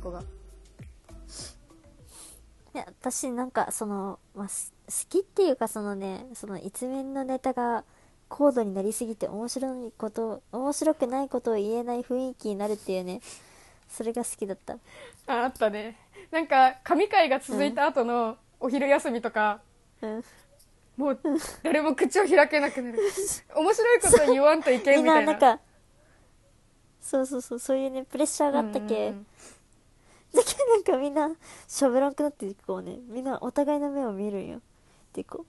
子がいや私なんかその、まあ、す好きっていうかそのねその一面のネタが高度になりすぎて面白いこと面白くないことを言えない雰囲気になるっていうねそれが好きだったああったねなんか神回が続いた後のお昼休みとか、うんもう誰も口を開けなくな る面白いこと言わんといけんみみたんないななんかそうそうそうそういうねプレッシャーがあったけ、うんうんだけどなんかみんなしゃべらんくなってこうねみんなお互いの目を見るんよでこ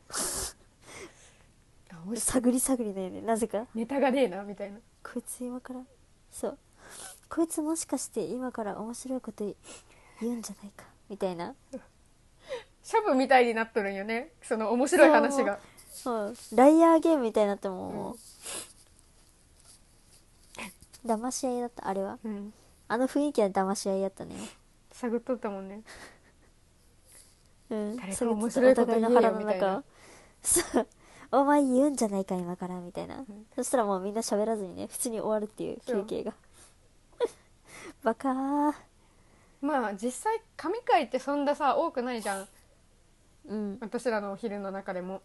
うんうあ探り探りだよねなぜかネタがねえなみたいなこいつ今からそうこいつもしかして今から面白いこと言うんじゃないかみたいなシャブみたいになっとるんよねその面白い話がそうライアーゲームみたいになってもう、騙し合いだったあれはうんあの雰囲気は騙し合いだったね探っとったもんねうん誰かそれ面白いこと言えよお互の腹のみたいな中そうお前言うんじゃないか今からみたいな、そしたらもうみんな喋らずにね普通に終わるっていう休憩が バカーまあ実際神回ってそんなさ多くないじゃんうん私らのお昼の中でも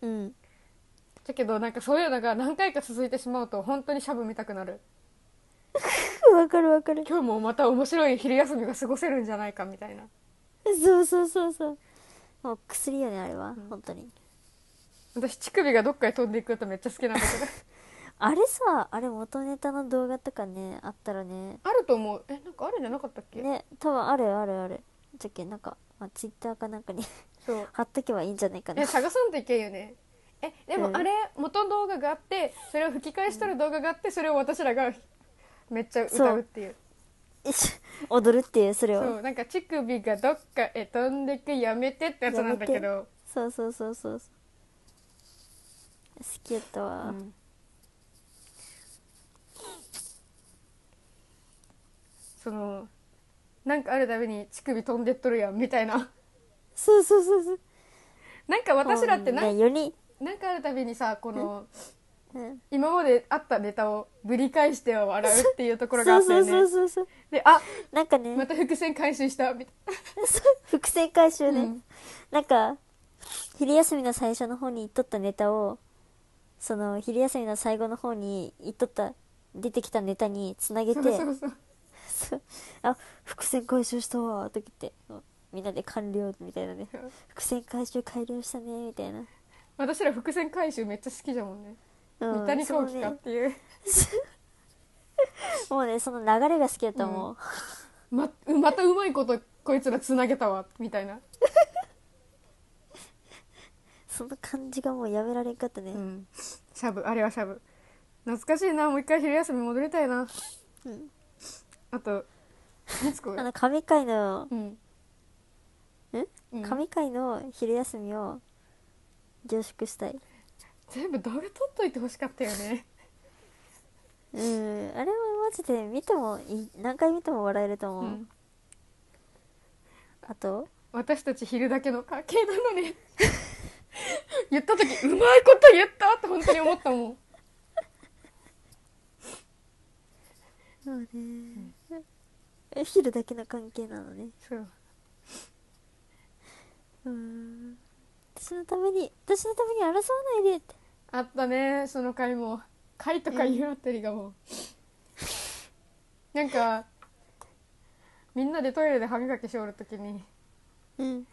うんだけどなんかそういうのが何回か続いてしまうと本当にシャブ見たくなるわかるわかる今日もまた面白い昼休みが過ごせるんじゃないかみたいな そうそうそうそうもう薬よねあれは、ん本当に私乳首がどっかへ飛んでいくことめっちゃ好きなんだけどあれさあれ元ネタの動画とかねあったらね あると思うえなんかあるんじゃなかったっけ、ね多分あるあるあるじゃっけなんか、まあ、ツイッターかなんかに そう貼っとけばいいんじゃないかな え探さんといけんよねえでもうんあれ元の動画があってそれを吹き返しとる動画があってそれを私らがめっちゃ歌うっていうえし踊るっていうそれそうをなんか乳首がどっかへ飛んでくやめてってやつなんだけど、そうそうそうそう好きやったわ、うんそのなんかあるたびに乳首飛んでっとるやんみたいな そうそうそうそうなんか私らってなもうね4人なんかあるたびにさこのうん今まであったネタをぶり返しては笑うっていうところがあそうったそようそうねそうそうであなんかね、また伏線回収したみたいそう伏線回収ね、うんなんか昼休みの最初の方に言っとったネタをその昼休みの最後の方に言っとった出てきたネタにつなげてなそうそうそうそうあ伏線回収したわーとか言ってもうみんなで完了みたいなねうん伏線回収完了したねみたいな、私ら伏線回収めっちゃ好きじゃもんねうん、三谷そ幸の喜ねかっていう、もうねその流れが好きだったもん、ままたうまいことこいつらつなげたわみたいなその感じがもうやめられんかったね、うん、シャブあれはシャブ懐かしいなもう一回昼休み戻りたいなうんあといつこあの神回のうんえうん神回の昼休みを凝縮したい全部動画撮っといてほしかったよねうんあれはマジで見てもいい何回見ても笑えると思う、うんあと私たち昼だけの家系な のに言った時うまいこと言ったって本当に思ったもんそうね、え昼だけの関係なのねそううん私のために私のために争わないでってあったねその回も回とかいうあたりがもうなんかみんなでトイレで歯磨きしおる時にうん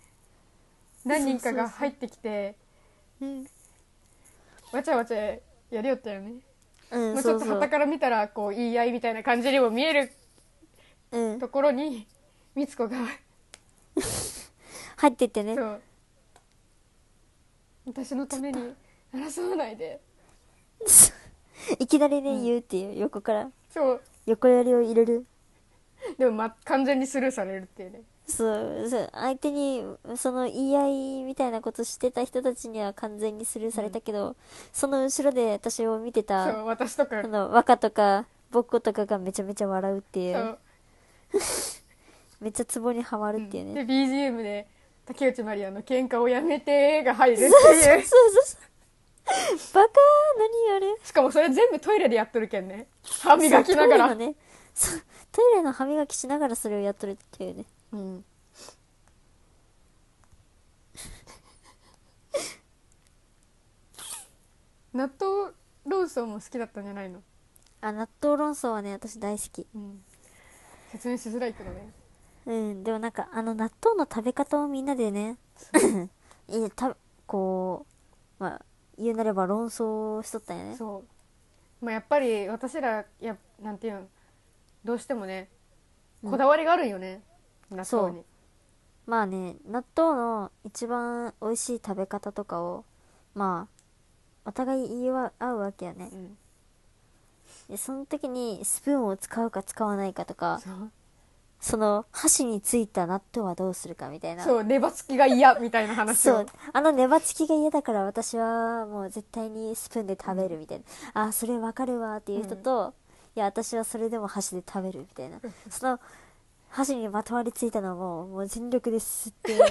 何人かが入ってきてうんわちゃわちゃやりよったよね、うんまあ、ちそょうっとそ傍うから見たらこう言い合いみたいな感じにも見えるうんところにみつこが入ってってねそう私のために争わないでいきなりね、ん言うっていう横からそう横やりを入れるでも、ま、完全にスルーされるっていうねそうそう相手にその言い合いみたいなことしてた人たちには完全にスルーされたけど、その後ろで私を見てそたう私とかその若とかぼっことかがめちゃめちゃ笑うっていそううめっちゃツボにはまるっていうね、で BGM で竹内まりやの「喧嘩をやめて」が入るってそうそいううそうそうバカー何あれしかもそれ全部トイレでやっとるけんね歯磨きながらそうトイレのねそうトイレの歯磨きしながらそれをやっとるっていうねうん 納豆ローソンも好きだったんじゃないの、あ納豆論争はね私大好き説明しづらいけどねうんでもなんかあの納豆の食べ方をみんなでね いやたこうまあ言うなれば論争しとったんやねそう、まあ、やっぱり私らやなんていうのどうしてもねこだわりがあるんよね、納豆にまあね納豆の一番美味しい食べ方とかをまあお互い言い合うわけやねうんでその時にスプーンを使うか使わないかとかそうその箸についた納豆はどうするかみたいなそう粘つきが嫌みたいな話そをうあの粘つきが嫌だから私はもう絶対にスプーンで食べるみたいな、あそれわかるわっていう人と、いや私はそれでも箸で食べるみたいなその箸にまとわりついたのももう全力ですっ てもう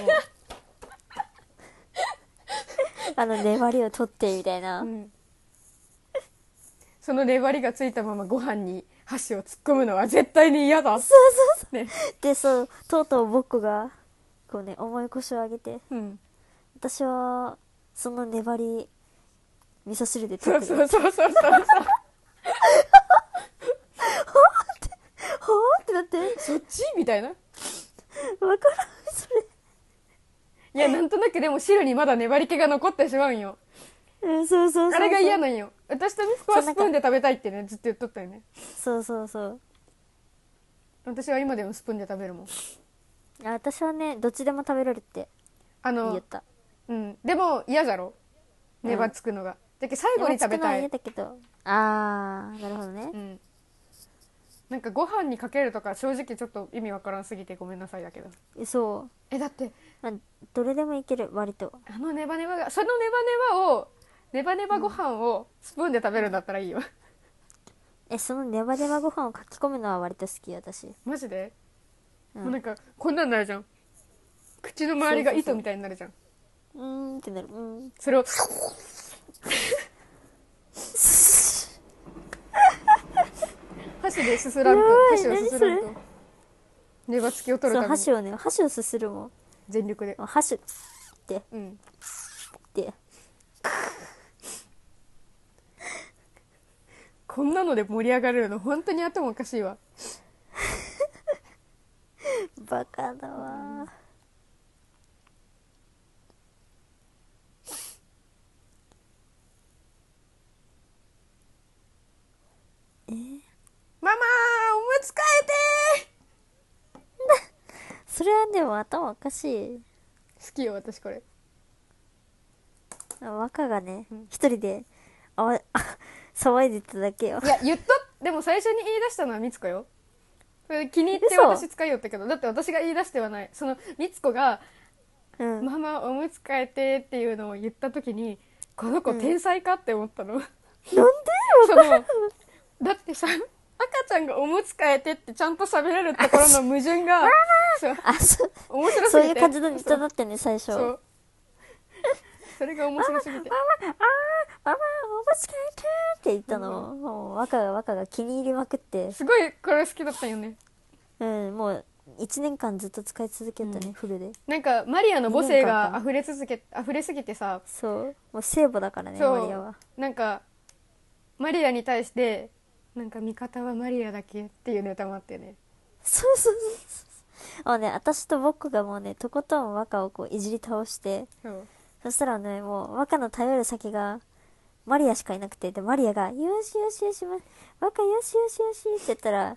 あの粘りを取ってみたいな、うんその粘りがついたままご飯に箸を突っ込むのは絶対に嫌だそうそうそうねでそうとうとう僕がこうね重い腰を上げてうん私はその粘り味噌汁で取そっうてそうそうそうそうほーってなっ てそっちみたいなわからんそれいやなんとなくでも汁にまだ粘り気が残ってしまうんようん、そうそうそうそう。あれが嫌なんよ私と美福はスプーンで食べたいってねずっと言っとったよねそうそうそう。私は今でもスプーンで食べるもんあ私はね、どっちでも食べれるってあ言っのた。うんでも嫌じゃろうん粘つくのが、だけど最後に食べたいでも作るのは嫌だけど。あー、なるほどねう。んなんかご飯にかけるとか正直ちょっと意味わからんすぎてごめんなさいだけどそえだってう。まあ、どれでもいける、割と。あのネバネバがそのネバネバをネバネバご飯をスプーンで食べるんだったらいいよ え、そのネバネバご飯をかき込むのは割と好き、私。マジで、うんもうなんかこんなんなるじゃん口の周りがそうそうそう糸みたいになるじゃんうーんってなる。うーん。それを箸ですすらんとやばい箸をすすらんとネバつきを取るそう、ために箸をね、箸をすするもん。全力で箸って、うんって。こんなので盛り上がれるの本当に頭おかしいわバカだわママーおむつ替えてー。それはでも頭おかしい。ー好きよ私これ若がねうん一人であわ 騒いでただけよいや言っとでも最初に言い出したのはみつこよそれ気に入って嘘私使いよったけどだって私が言い出してはないそのみつこがう「んママおむつ替えて」っていうのを言った時にこの子うん天才かって思った の、なんそのだってさ赤ちゃんがおむつ替えてってちゃんと喋れるところの矛盾 がそうあ そう面白すぎてそういう感じの人だったよね最初そうそうそれが面白すぎて「ママおばちかえて」って言ったのをもう若が若が気に入りまくってすごいこれ好きだったよねうんもう1年間ずっと使い続けたね、うんフルでなんかマリアの母性が二年間か溢れ続け溢れすぎてさそうもう聖母だからねそうマリアはなんかマリアに対してなんか味方はマリアだけっていうネタもあってねそうそうそうそうもうね私と僕がもうねとことん若をこういじり倒してそうそしたらね、もう、若の頼る先が、マリアしかいなくて、で、マリアが、よしよしよし、ま若よしよしよしって言ったら、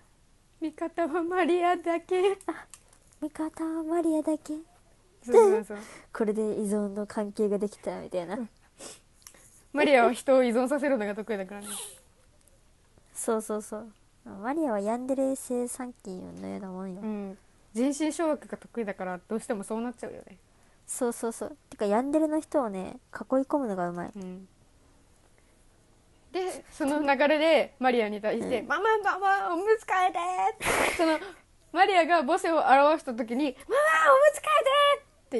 味方はマリアだ け味方はマリアだけ。そうそうそうこれで依存の関係ができた、みたいな。マリアは人を依存させるのが得意だからねそうそうそう。マリアはヤンデレ生産菌のようなもんよ。うん人心掌握が得意だからどうしてもそうなっちゃうよねそうそうそう。てか、ヤンデレの人をね、囲い込むのがうま い。うんでその流れでマリアに対して「ママママおむつ替えて!」そのマリアが母性を表した時に「ママおむつ替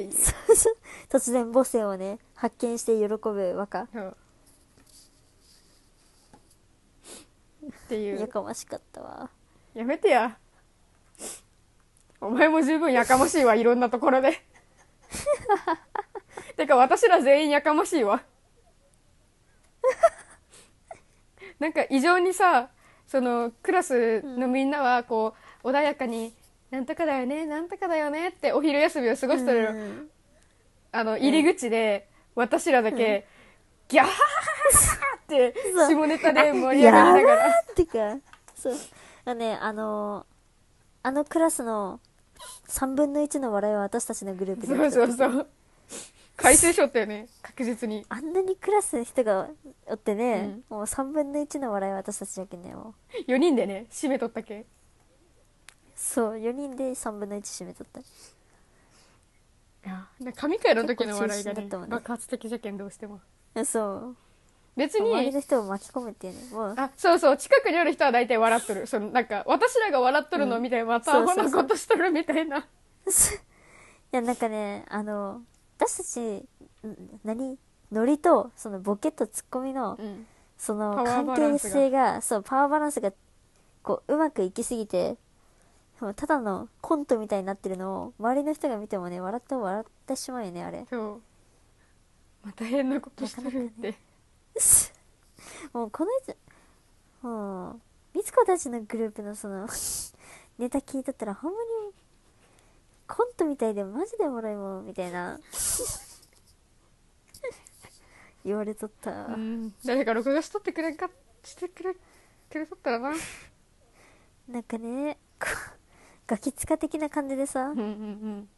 えて!」って言うそうそう。突然母性をね、発見して喜ぶ若。そうっていやうかましかったわ。やめてや。お前も十分やかましいわ、いろんなところ で。てか、私ら全員やかましいわ。なんか、異常にさ、その、クラスのみんなは、こう、穏やかに、なんとかだよね、なんとかだよねって、お昼休みを過ごしてる、うんあの、入り口で、私らだけ、ギャーって、そう下ネタで盛り上がりながら。ってかそうあのねあのあのクラスの3分の1の笑いは私たちのグループでそうそうそう。回収しよったよね、確実に。あんなにクラスの人がおってね、うもう3分の1の笑いは私たちだけねもう4人でね、締めとったけ。そう4人で3分の1締めとったいや神回の時の笑いが結構中心だねったもんね爆発的じゃけんどうしてもえそう別周りのに人を巻き込む っていうねもうあそうそう近くにおる人は大体笑っとるそのなんか私らが笑っとるのうんみたいなまたアそうホそうそうなことしとるみたいないやなんかねあの私たちん何ノリとそのボケとツッコミのうんそパのワー関バラン係スが性がそうパワーバランスがこううまくいきすぎてもうただのコントみたいになってるのを周りの人が見てもね笑っても笑ってしまうよねあれ そうまた変なことしてるってもうこの人もうみつこたちのグループのその ネタ聞いとったらほんまにコントみたいでマジでおもろいもんみたいな 言われとった、うん誰か録画しとってくれんかしてくれくれとったらななんかねこうガキ使的な感じでさ、うんうん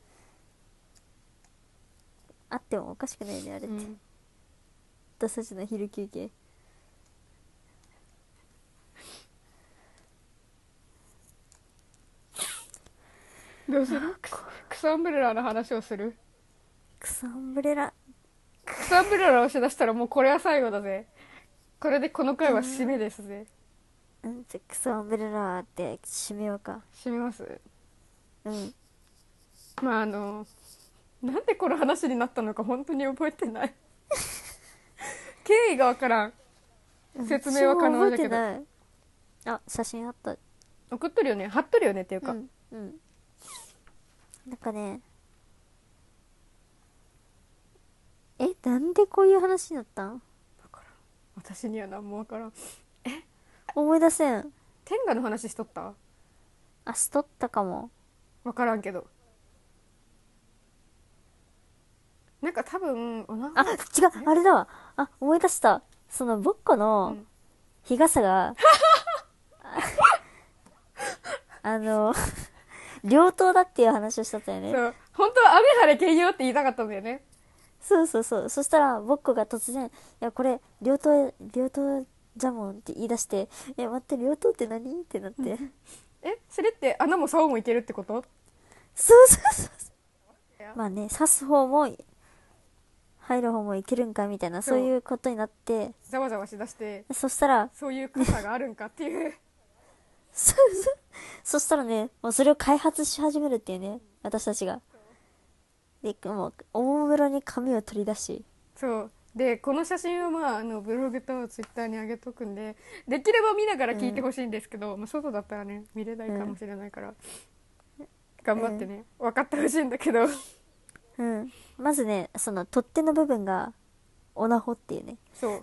あってもおかしくないよねあれっうて、んうん私たちの昼休憩 どう するく草アンブレラの話をするクソアンブレラ草アンブレラを押し出したらもうこれは最後だぜこれでこの回は締めですぜうんじゃクソアンブレラって締めようか締めますうんまああのなんでこの話になったのか本当に覚えてない 経緯がわからん説明は可能だけど私も覚えてないあ写真あった送っとるよね貼っとるよねっていうか、うんうんなんかねえなんでこういう話になったん私には何もわからん思い出せん天下の話しとったあしとったかもわからんけどなんか多分おなあ違うあれだわあ思い出したそのぼっこうのん日傘 が、あの両党だっていう話をしとったよねそう本当は雨晴れ兼用って言いたかったんだよねそうそうそうそしたらぼっこが突然「いやこれ両党両党じゃもん」って言い出して「え待って両党って何?」ってなってえそれって穴も竿もいけるってことそうそうそいうやまあね刺す方も入る方もいけるんかみたいなそそうういうことになってざわざわしだしてそしたらそういう傘があるんかっていう そうそうそしたらねもうそれを開発し始めるっていうね私たちがでもうおもむろに紙を取り出しそうでこの写真はまああのブログとツイッターに上げとくんでできれば見ながら聞いてほしいんですけど、まあ、外だったらね見れないかもしれないから、頑張ってね、分かってほしいんだけどうんまずねその取っ手の部分がオナホっていうね そう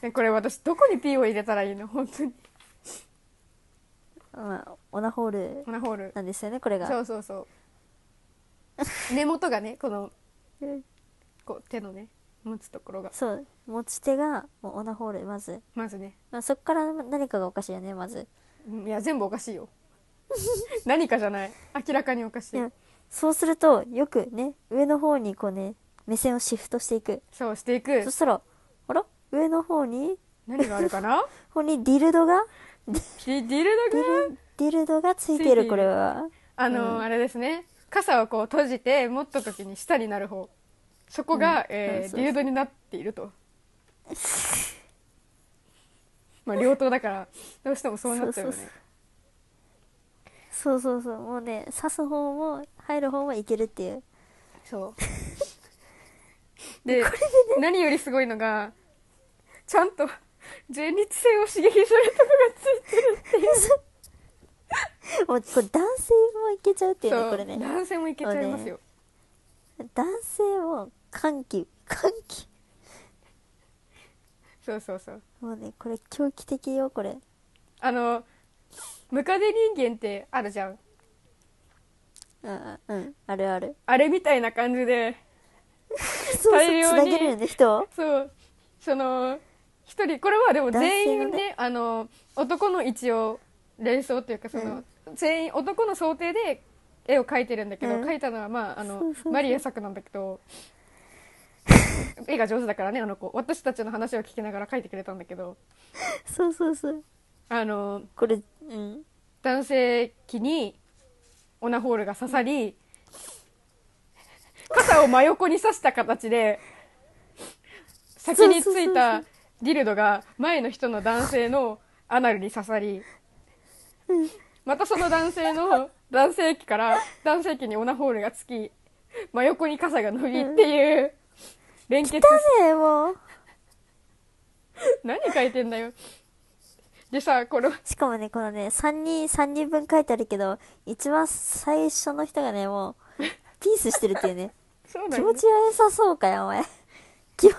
ねこれ私どこに P を入れたらいいの本当にまあ、オナホールこのホールなんですよねこれそがうそうそう 根元がねこのうんこう手のね持つところがそう持ち手がもうオナホールまず、まずねまあ、そっから何かがおかしいよねまずうんいや全部おかしいよ 何かじゃない明らかにおかしい、いやそうするとよくね上の方にこうね目線をシフトしていくそうしていくそしたらあら上の方に何があるか なここにディルドがディディルドデグィラルディルドがついつていいているるこれはあのーうんあれですね傘をこう閉じて持った時に下になる方そこうが、んえー、そうそうデュードになっているとまあ両党だからどうしてもそうなっちゃうよねそうそうそうそうそうもうね刺す方も入る方もいけるっていうそうで何よりすごいのがちゃんと前立腺を刺激するとこがついてるっていうもうこれ男性もいけちゃうっていうねそこうれね男性もいけちゃいますよ、男性も歓喜歓喜そうそうそうもうねこれ狂気的よこれあのムカデ人間ってあるじゃんうんうんあるあるあれみたいな感じでそうそう大つ量なにげるよね人を そうその一人これはでも全員男性のねあの男の一応連想っていうかその、全員男の想定で絵を描いてるんだけど、うん描いたのはまああのそうそうそうマリア作なんだけ ど絵が上手だからねあの子私たちの話を聞きながら描いてくれたんだけどそうそうそうあのこれうん男性器にオナホールが刺さり傘を真横に刺した形で先についたディルドが前の人の男性のアナルに刺さりまたその男性の男性器から男性器にオナホールがつき真横に傘が伸びっていう連結だねもう何書いてんだよでさこのしかもねこのね3人3人分書いてあるけど一番最初の人がねもうピースしてるっていうねそうだ気よね持ちよさそうかよお前気持ち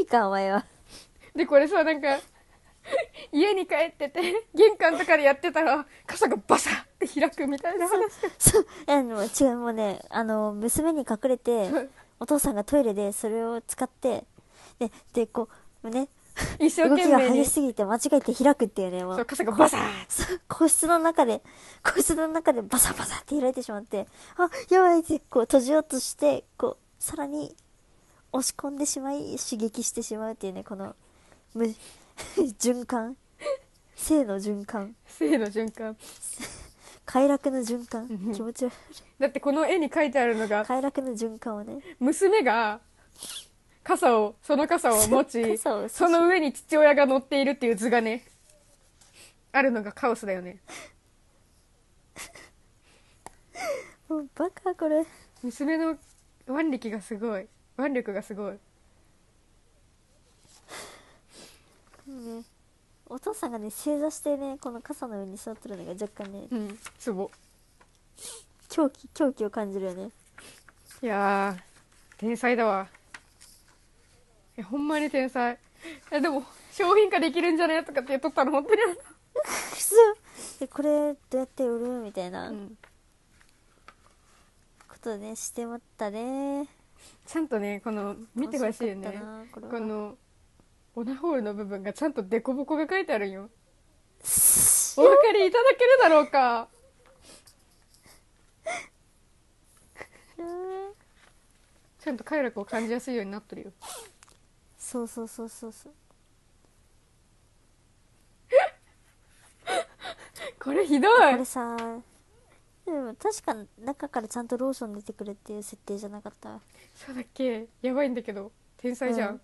いいかお前はでこれさなんか 家に帰ってて玄関とかでやってたら傘がバサッて開くみたいな話そうえでも違うもうねあの娘に隠れてお父さんがトイレでそれを使ってででこうね一生動懸きが命に激しすぎて間違えて開くっていうねもそうう傘がバサッそう個室の中で個室の中でバサバサって開いてしまってあやばいってこう閉じようとしてこうさらに押し込んでしまい刺激してしまうっていうねこの無 循環性の循環性の循環快楽の循環うん気持ち悪いだってこの絵に書いてあるのが快楽の循環をね娘が傘をその傘を持ち傘をその上に父親が乗っているっていう図がねあるのがカオスだよねもうバカこれ娘の腕力がすごい腕力がすごいねお父さんがね正座してねこの傘の上に座ってるのが若干ねうんすご狂気狂気を感じるよねいやー天才だわいやほんまに天才えでも商品化できるんじゃねとかって言っとったの本当にくそでこれどうやって売るみたいなうんことねしてまったねちゃんとねこの見てほしいよね面白かったなここれはのオナホールの部分がちゃんとデコボコが書いてあるんよすお分かりいただけるだろうかちゃんと快楽を感じやすいようになってるよそうそうそうそうそうこれひどいこれさでも確か中からちゃんとローション出てくるっていう設定じゃなかったそうだっけやばいんだけど天才じゃん、うん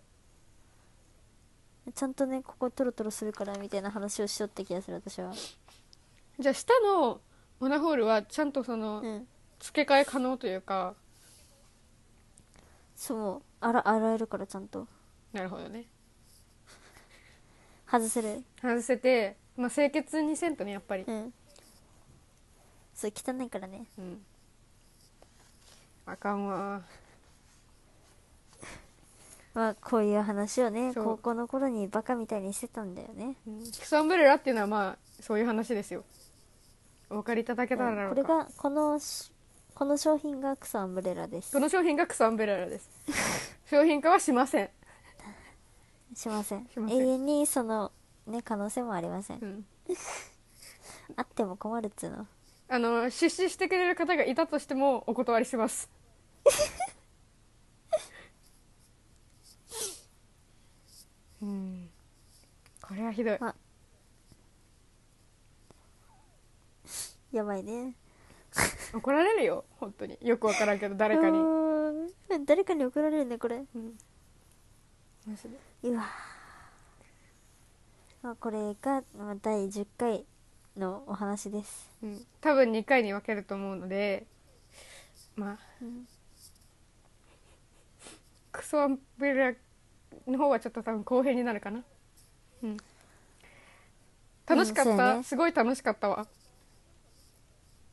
ちゃんとねここトロトロするからみたいな話をしよった気がする私はじゃあ下のオナホールはちゃんとその、うん付け替え可能というかそうあら洗えるからちゃんとなるほどね外せる外せて、まあ、清潔にせんとねやっぱりうんそう汚いからねうんあかんわまあこういう話をねそう高校の頃にバカみたいにしてたんだよねうんキサンブレラっていうのはまあそういう話ですよお分かりいただけたらだろうこれか、がこのしこの商品が草アンブレラですこの商品がクサンブレラです商品化はしません、しませんしませ永ん遠にそのね可能性もありません、うん、あっても困るっつうのあの出資してくれる方がいたとしてもお断りし ますうんこれはひどいやばいね怒られるよ本当によくわからんけど誰かにうーん誰かに怒られるねこれマジでうわまあこれがまあ第10回のお話ですうん、多分2回に分けると思うのでまあ、クソアンブレラの方はちょっと多分後編になるかなうん楽しかっうんそうた、やねすごい楽しかったわ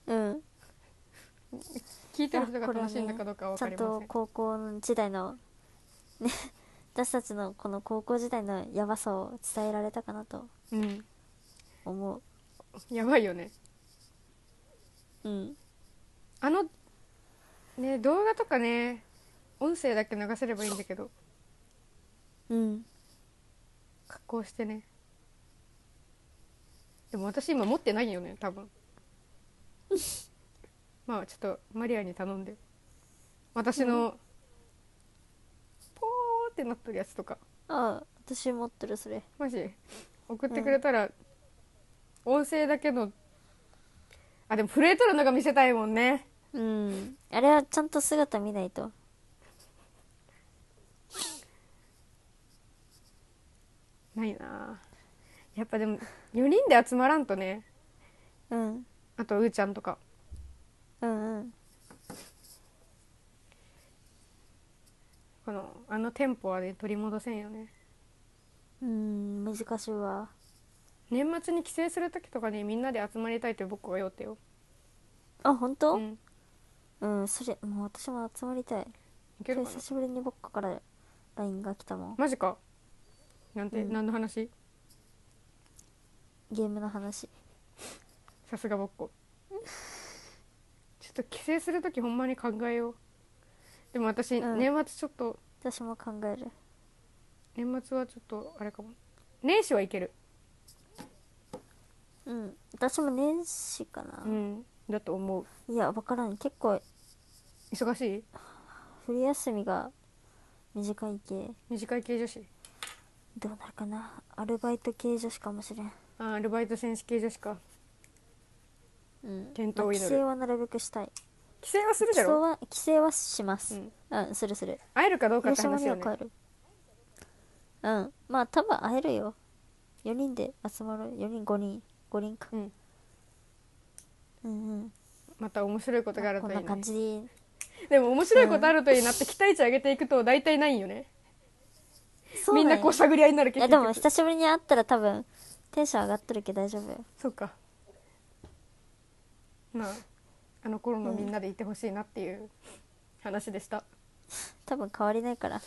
てる人がこれは楽しんだかどうかは分かりね、ちゃませんとん高校時代の、ね、 私たちのこの高校時代のやばさを伝えられたかなとうん思やばいよねううんあのね動画とかね音声だけ流せればいいんだけどうん加工してねでも私今持ってないよね多分 まあちょっとマリアに頼んで私の、ポーってなってるやつとかああ私持ってるそれもし送ってくれたら、音声だけのあでも震えとるのが見せたいもんねうんあれはちゃんと姿見ないとないなやっぱでも4人で集まらんとねうんあとうーちゃんとかうんうんこのあのテンポはね取り戻せんよねうん難しいわ年末に帰省する時とかにみんなで集まりたいという僕が言おってよ、あ本う当ん、うんそれもう私も集まりたいいけ今る日かな久しぶりに僕から LINE が来たもんマジかなんて、うん何の話ゲームの話さすがぼっこちょっと帰省する時ほんまに考えようでも私、うん年末ちょっと私も考える年末はちょっとあれかも年始はいけるうん私も年始かな、うんだと思ういや分からん結構忙しい冬休みが短い系短い系女子どうなるかなアルバイト系女子かもしれんあーアルバイト戦士系女子かうん健闘を祈るまあ帰省はなるべくしたい帰省はする帰だ省ろ、は帰省はしますう、うんん、するする会えるかどうかって広島話によはね帰るうんまあ多分会えるよ4人で集まる4人5人5人かうんうんうんまた面白いことがあることんいいねな感じでいいでも面白いことあるといいなって期待値上げていくと大体ないよね。そうみんだなよこう探り合いになるい結や局でも久しぶりに会ったら多分テンション上がっとるけど大丈夫よそうか。まあ、あの頃のみんなでいてほしいなっていう話でした。多分変わりないから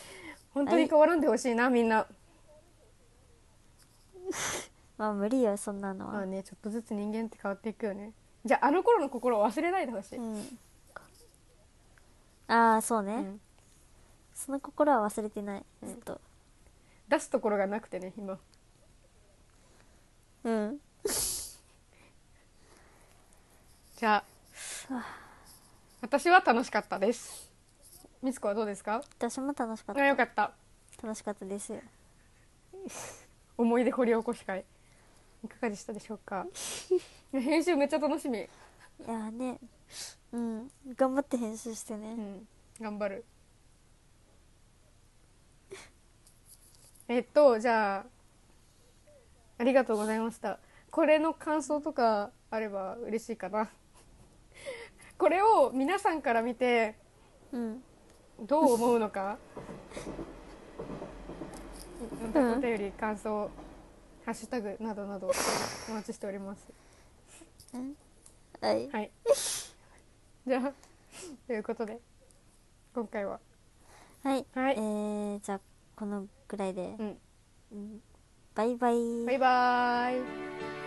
本当に変わらんでほしいな、みんな。まあ無理よそんなのまあはね、ちょっとずつ人間って変わっていくよね。じゃあ、あの頃の心を忘れないでほしい。うんああそうね、うんその心は忘れてないうんずっと出すところがなくてね、今。うん、じゃあ、私は楽しかったです。みつこはどうですか私も楽しかっあ、よたかった。楽しかったですよ思い出掘り起こし会いかがでしたでしょうか編集めっちゃ楽しみ、いやーねうん頑張って編集してね、うん、頑張るえっとじゃあありがとうございましたこれの感想とかあれば嬉しいかなこれを皆さんから見てうんどう思うのかお便り感想ハッシュタグなどなどお待ちしておりますはい、はい。 じゃあ、ということで、今回は。はいはえい。ー、じゃあこのくらいでう、ん。うんバイバイバイバーイ。